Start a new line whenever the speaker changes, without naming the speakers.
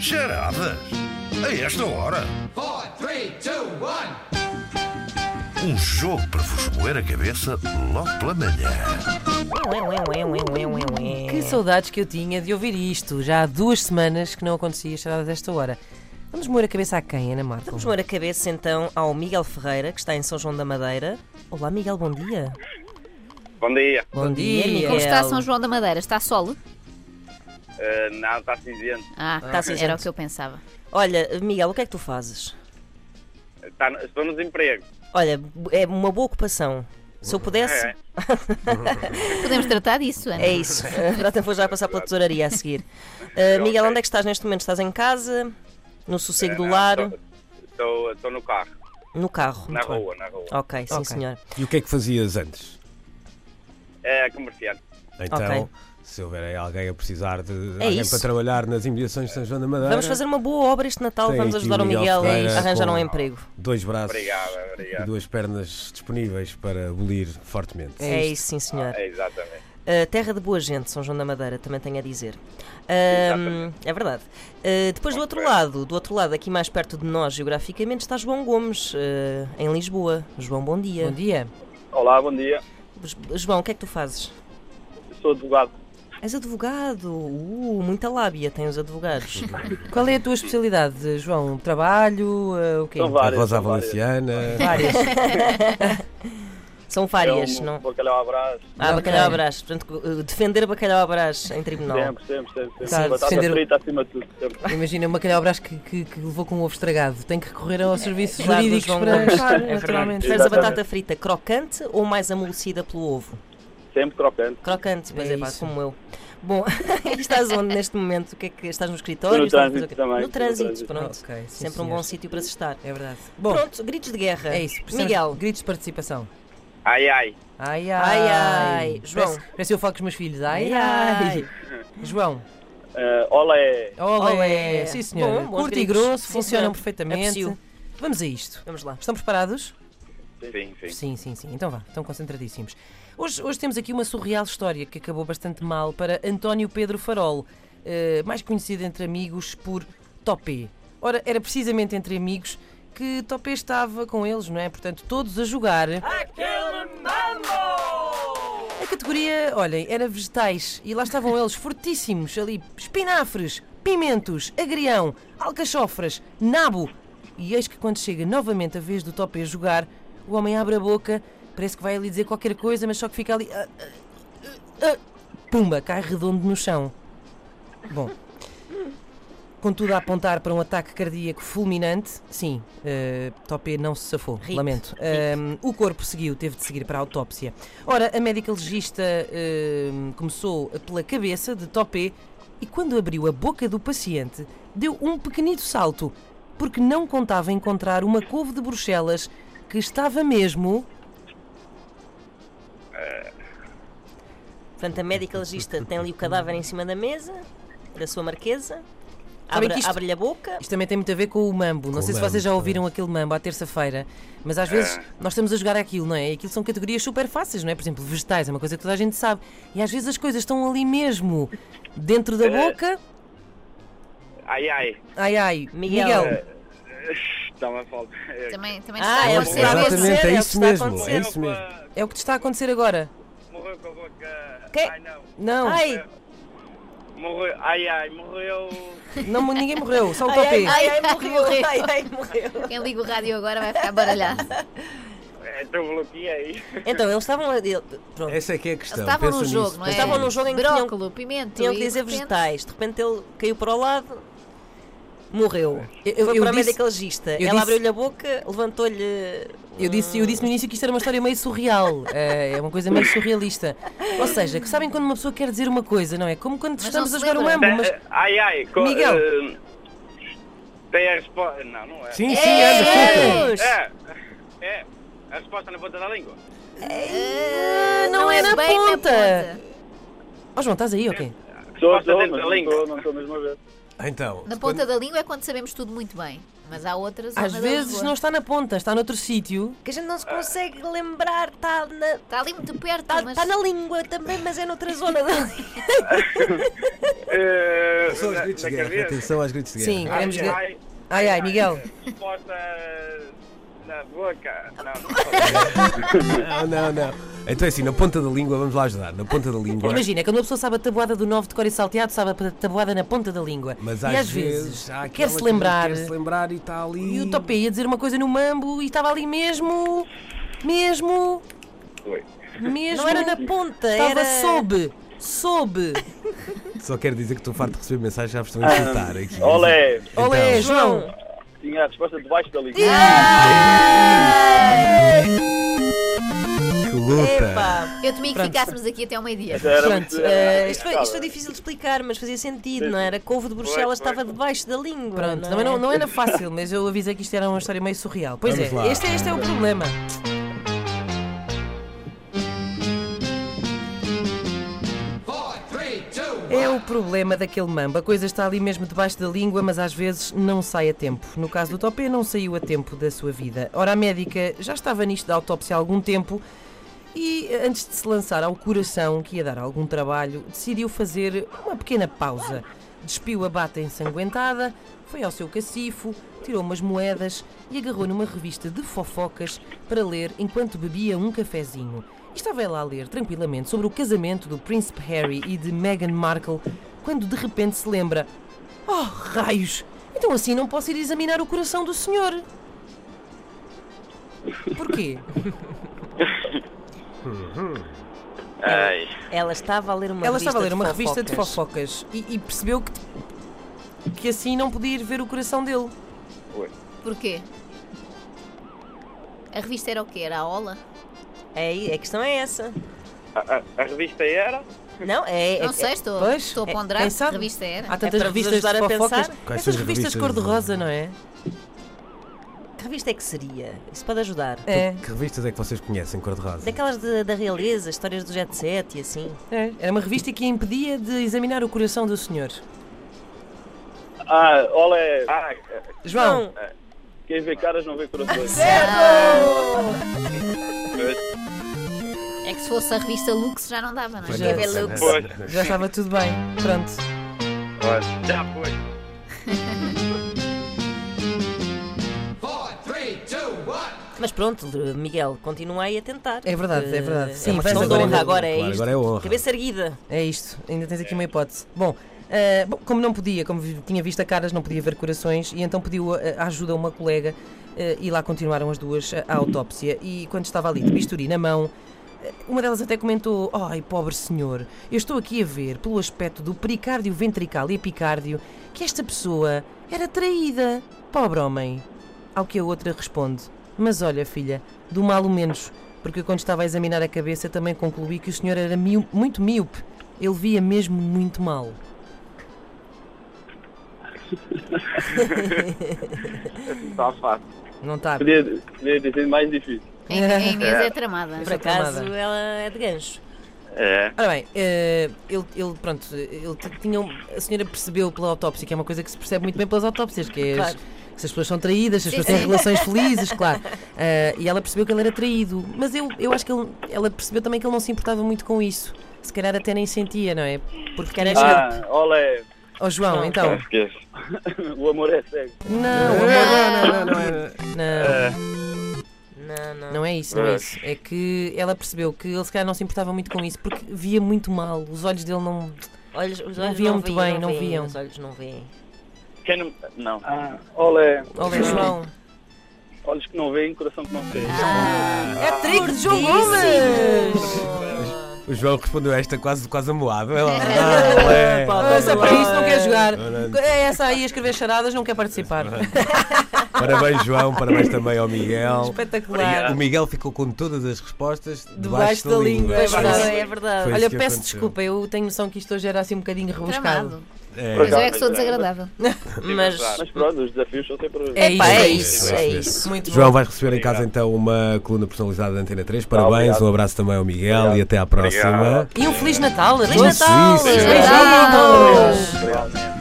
Charadas? A esta hora?
four, three, two, one.
Um jogo para vos moer a cabeça logo pela manhã.
É.
Que saudades que eu tinha de ouvir isto. Já há duas semanas que não acontecia charada desta hora. Vamos moer a cabeça a quem, Ana Marta?
Vamos moer a cabeça então ao Miguel Ferreira, que está em São João da Madeira. Olá, Miguel, bom dia.
Bom dia.
Bom,
dia, Miguel.
Como está São João da Madeira? Está sol?
Eh, não, está cinzento.
Ah,
Está cinzento.
era o que eu pensava.
Olha, Miguel, o que é que tu fazes?
Tá, estou no desemprego.
Olha, é uma boa ocupação. Se eu pudesse,
É,
Podemos tratar disso, Ana?
é isso. Agora vou já passar pela tesouraria a seguir. Uh, Miguel, onde é que estás neste momento? Estás em casa? No sossego do
não,
lar?
estou- Estou estou no carro,
No carro?
na
Muito bem. Ah.
rua, na rua.
Ok, sim,
Ok.
senhor.
E o que é que fazias antes?
É comerciante.
Então,
Ok.
se houver aí alguém a precisar de
É
alguém
isso.
para trabalhar nas imediações de São João da Madeira,
Vamos fazer uma boa obra este Natal.
Tem
Vamos
aqui
ajudar o
o Miguel
Miguel a
Ferreira
arranjar um
com-
emprego.
dois braços
Obrigado,
e
obrigado.
duas pernas disponíveis para abolir fortemente.
É isso, sim, senhor.
É, exatamente.
Uh, terra de boa gente, São João da Madeira, também tenho a dizer. Um, é verdade. Uh, depois do outro lado, do outro lado, aqui mais perto de nós geograficamente, está João Gomes, uh, em Lisboa. João, bom dia.
Bom dia.
Olá, bom dia.
Jo- João, o que é que tu fazes?
Sou advogado.
És advogado. Uh, muita lábia têm os advogados.
Qual é a tua especialidade, João? Trabalho? eh, o quê?
São
A
várias.
Rosa
são várias.
Valenciana,
Várias.
São
É
várias,
um
não?
bacalhau à brás.
Ah, bacalhau à brás. Portanto, uh, defender bacalhau à brás em tribunal.
Sempre, sempre, sempre.
Tá,
sempre. Batata
defender-
frita acima de tudo. Sempre.
Imagina uma calhabrás que, que, que levou com um ovo estragado. Tem que recorrer
É,
aos serviços
Claro, do
jurídicos
João
para.
Gomes.
Claro,
verdade.
naturalmente.
Preferes a
Exatamente.
batata frita crocante ou mais amolecida pelo ovo?
Sempre crocante.
Crocante, pois
É
é, pá,
isso.
como eu. Bom, e estás onde neste momento? O que é que estás no escritório?
No
Estás a fazer
trânsito
o quê?
também,
No
no
trânsito,
trânsito.
pronto.
Ok, sim,
Sempre um
senhor.
bom sítio para se estar.
É verdade. Bom,
Pronto, gritos de guerra.
é isso. Precisamos
Miguel.
de Gritos de participação.
Ai, ai.
Ai,
Ai,
ai.
ai. João.
Parece, parece eu falo com os meus filhos. Ai,
Ai,
ai. João.
Eh, olé.
Olé.
Olé.
Sim, senhora.
Bom, bons
Curto e
gritos.
grosso,
Sim, É
funcionam
senhora.
perfeitamente.
Aprecio.
Vamos a isto.
Vamos lá.
Estão preparados?
Sim, sim.
Sim, sim, sim. Então vá, estão concentradíssimos. Hoje, hoje temos aqui uma surreal história que acabou bastante mal para António Pedro Farol, eh, mais conhecido entre amigos por Topé. Ora, era precisamente entre amigos que Topé estava com eles, não é? Portanto, todos a jogar. Aquele mambo! A categoria, olhem, era vegetais e lá estavam eles fortíssimos ali: espinafres, pimentos, agrião, alcachofras, nabo, e eis que quando chega novamente a vez do Topé jogar, o homem abre a boca, parece que vai ali dizer qualquer coisa, mas só que fica ali. ah, ah, ah, ah, pumba, cai redondo no chão. Bom. Contudo, a apontar para um ataque cardíaco fulminante, sim, eh, Topé não se safou,
Rip,
lamento. Ahm, o corpo seguiu, teve de seguir para a autópsia. Ora, a médica legista ahm, começou pela cabeça de Topé e, quando abriu a boca do paciente, deu um pequenito salto, porque não contava encontrar uma couve de Bruxelas que estava mesmo.
Portanto, a médica legista tem ali o cadáver em cima da mesa, da sua marquesa.
Sabem
Abre-
que isto-
Abre-lhe a boca.
Isto também tem muito a ver com o mambo. não
o
sei se
mambo,
vocês já ouviram aquele mambo à terça-feira, mas às vezes nós estamos a jogar aquilo, não é? E aquilo são categorias super fáceis, não é? Por exemplo, vegetais, é uma coisa que toda a gente sabe. E às vezes as coisas estão ali mesmo, dentro da boca.
Ai, ai.
Ai ai,
Miguel.
Miguel.
Está-me a falta.
Também, também
Ah, é
está
o
a
que
aparecer.
está a acontecer.
Exatamente, é
o que
isso
está a
mesmo,
acontecer.
é isso mesmo.
É o que te está a acontecer agora.
Morreu com a boca.
Quem?
Ai, não.
Não,
Ai,
Morreu. Ai, ai. Morreu.
não ninguém morreu, só um o
ai,
Topé.
ai, ai, morreu.
Morreu.
Ai, ai, morreu.
Quem liga o rádio agora vai ficar baralhado.
Eh, Então bloqueei.
Então, eles estavam. a- ele- Pronto.
Essa é que é a questão.
Estavam
Pensa
no
nisso,
jogo, não é?
pensa
Estavam num
nisso.
jogo em que tinham-
Brócolo, pimento.
Tinham
e
que
de
dizer
repente-
vegetais. De repente ele caiu para o lado, morreu.
Eu- eu-
Foi
eu
para a
disse-
médica legista. Ela
eu disse-
abriu-lhe a boca, levantou-lhe.
Eu disse, eu disse no início que isto era uma história meio surreal. É é uma coisa meio surrealista. Ou seja, que sabem quando uma pessoa quer dizer uma coisa, não é? Como quando
Mas
estamos
não
a
se
jogar o
lembra.
mambo, mas.
Eh, Ai, ai. co-
Miguel.
eh, Tem a resposta. Não, não é.
Sim, sim, Ana, sim.
Deus!
É, é. A resposta na ponta da língua.
Ah,
Não é na
bem
ponta. Ó João, estás aí ou quê?
Estou,
estou,
dentro da língua.
não estou mesmo a ver.
Então,
Na
quando-
ponta da língua é quando sabemos tudo muito bem. Mas há outras
Às
zonas da
vezes
língua.
não está na ponta, está noutro sítio.
Que a gente não se consegue lembrar, está na,
Está ali muito perto,
tá,
mas...
tá na língua também, mas é noutra zona da língua.
Eh,
atenção aos
na-
gritos de
na
guerra.
cabeça.
Atenção aos gritos de guerra.
Sim, queremos.
Ai,
gra-
ai,
Ai, ai, Miguel.
Resposta na boca. Não, não pode.
Não, não, não. Então é assim, na ponta da língua, vamos lá ajudar. Na ponta da língua.
Imagina, quando uma pessoa sabe a tabuada do 9 de cor e salteado, sabe a tabuada na ponta da língua.
Mas
e
às,
às vezes,
há aquela
quer-se
que
lembrar.
Quer-se lembrar e está ali.
E o Topé ia dizer uma coisa no mambo e estava ali mesmo. Mesmo.
Oi.
Mesmo.
Não era na ponta,
Estava
era.
sob. Sob.
Só quero dizer que estou farto de receber mensagens já vos estão a insultar aqui.
Ah. Olé,
Então,
Olé, João.
João.
é? tinha a resposta debaixo da língua.
Que luta!
Epá.
Eu temia que
Pronto.
ficássemos aqui até ao meio-dia.
Essa era
Pronto,
muito-
Eh, isto, foi, isto foi difícil de explicar, mas fazia sentido, não é? era? A couve de Bruxelas
Foi, foi.
estava debaixo da língua.
Pronto,
não
também
é?
não, não era fácil, mas eu avisei que isto era uma história meio surreal. Pois
Vamos
é,
lá.
Este, é, este é o problema.
Four, three, two, one.
É o problema daquele mambo. A coisa está ali mesmo debaixo da língua, mas às vezes não sai a tempo. No caso do Topé, não saiu a tempo da sua vida. Ora, a médica já estava nisto da autópsia há algum tempo e, antes de se lançar ao coração, que ia dar algum trabalho, decidiu fazer uma pequena pausa. Despiu a bata ensanguentada, foi ao seu cacifo, tirou umas moedas e agarrou numa revista de fofocas para ler enquanto bebia um cafezinho. E estava ela a ler tranquilamente sobre o casamento do Príncipe Harry e de Meghan Markle quando de repente se lembra: Oh, raios! Então assim não posso ir examinar o coração do senhor. Porquê?
Ai,
Ela estava a ler uma
Ela
revista
estava a ler
de
uma revista de
fofocas.
fofocas e, e percebeu que, que assim não podia ir ver o coração dele.
Porquê? A revista era o quê? Era a Ola?
É, aí, a questão é essa.
a, a- a revista era?
Não, é. é-
Não sei, estou,
Pois,
Oh, estou a
é-
ponderar.
quem
que
sabe?
revista era?
Há tantas
para vos
revistas de
ajudar a
fofocas.
pensar?
Quais são
Essas
as
revistas
revistas?
cor-de-rosa, não é?
Que revista é que seria? Isso pode ajudar.
É.
Que revistas é que vocês conhecem, cor-de-rosa?
Daquelas de- da realeza, histórias do Jet Set e assim.
é. Era uma revista que impedia de examinar o coração do senhor.
Ah, olé. Ah,
João,
Não,
quem vê caras não vê corações.
É que se fosse a revista Lux já não dava, não é?
Já.
Quer ver Lux?
Pois,
já estava tudo bem. Pronto.
pois. Já foi.
Four, three, two, one.
mas pronto, Miguel, continua aí a tentar.
É verdade,
porque
é verdade. Sim,
é uma
vais
questão de
agora
honra
em-
agora, é
Claro,
isto.
agora é honra.
Cabeça erguida.
É isto, ainda tens aqui uma hipótese. Bom, ah, bom, como não podia, como vi- tinha visto a caras, não podia ver corações, e então pediu a, a ajuda a uma colega ah, e lá continuaram as duas a, a autópsia. E quando estava ali de bisturi na mão, ah, uma delas até comentou: Ai, pobre senhor, eu estou aqui a ver, pelo aspecto do pericárdio ventrical e epicárdio, que esta pessoa era traída. Pobre homem. Ao que a outra responde: Mas olha, filha, do mal o menos, porque eu, quando estava a examinar a cabeça também concluí que o senhor era miú- muito míope. Ele via mesmo muito mal.
Está Tá fácil.
Não está?
Podia, podia dizer mais difícil.
Em, em inglês é tramada.
Por acaso, ela é de gancho.
É.
Ora bem, eh, ele, ele, pronto, ele t- tinha. um- A senhora percebeu pela autópsia, que é uma coisa que se percebe muito bem pelas autópsias, que é. as-
Claro.
Se as pessoas são traídas, se as
Sim,
pessoas têm
sim.
relações felizes, claro. Eh, e ela percebeu que ele era traído. Mas eu, eu acho que ele- ela percebeu também que ele não se importava muito com isso. Se calhar até nem sentia, não é? Porque era ah.
Ah, olé.
Oh João, então.
Esquece. o amor é cego.
Não, é,
Não, não, não, não, não.
não.
É.
Não, não.
Não é isso, não é
Ah.
isso. É que ela percebeu que ele se calhar não se importava muito com isso porque via muito mal. Os olhos dele não.
Olhos, os olhos não
viam muito
veem,
bem, não
veem,
viam.
Os olhos não veem.
Quem não. Não. Ah, olé.
Olha, João.
Olhos que não veem, coração que não sente.
É trigo de João Gomes!
O João respondeu a esta quase, quase amoado. Olha lá.
Ah,
Olé.
pá,
Ah, só para
olé.
isso não quer jogar.
Não, não.
É essa aí a escrever charadas, não quer participar.
Parabéns, João. Parabéns também ao Miguel. O
Espetacular.
Miguel ficou com todas as respostas
Debaixo da língua.
É verdade,
Foi-
é verdade.
foi-
Olha,
que
peço
aconteceu.
desculpa, eu tenho noção que isto hoje era assim um bocadinho rebuscado.
Tramado.
É.
Mas eu é que
Mas
sou
é.
desagradável.
Mas,
Mas pronto, os desafios são sempre os
É
epá, é
isso,
isso,
é
é
isso.
isso.
Muito bom.
João vai receber em casa então uma coluna personalizada da Antena 3. Parabéns,
obrigado.
um abraço também ao Miguel e até à
Obrigado.
próxima.
E um Feliz Natal, a
Feliz
todos.
Natal!
Suíça.
Beijinhos!
Obrigado.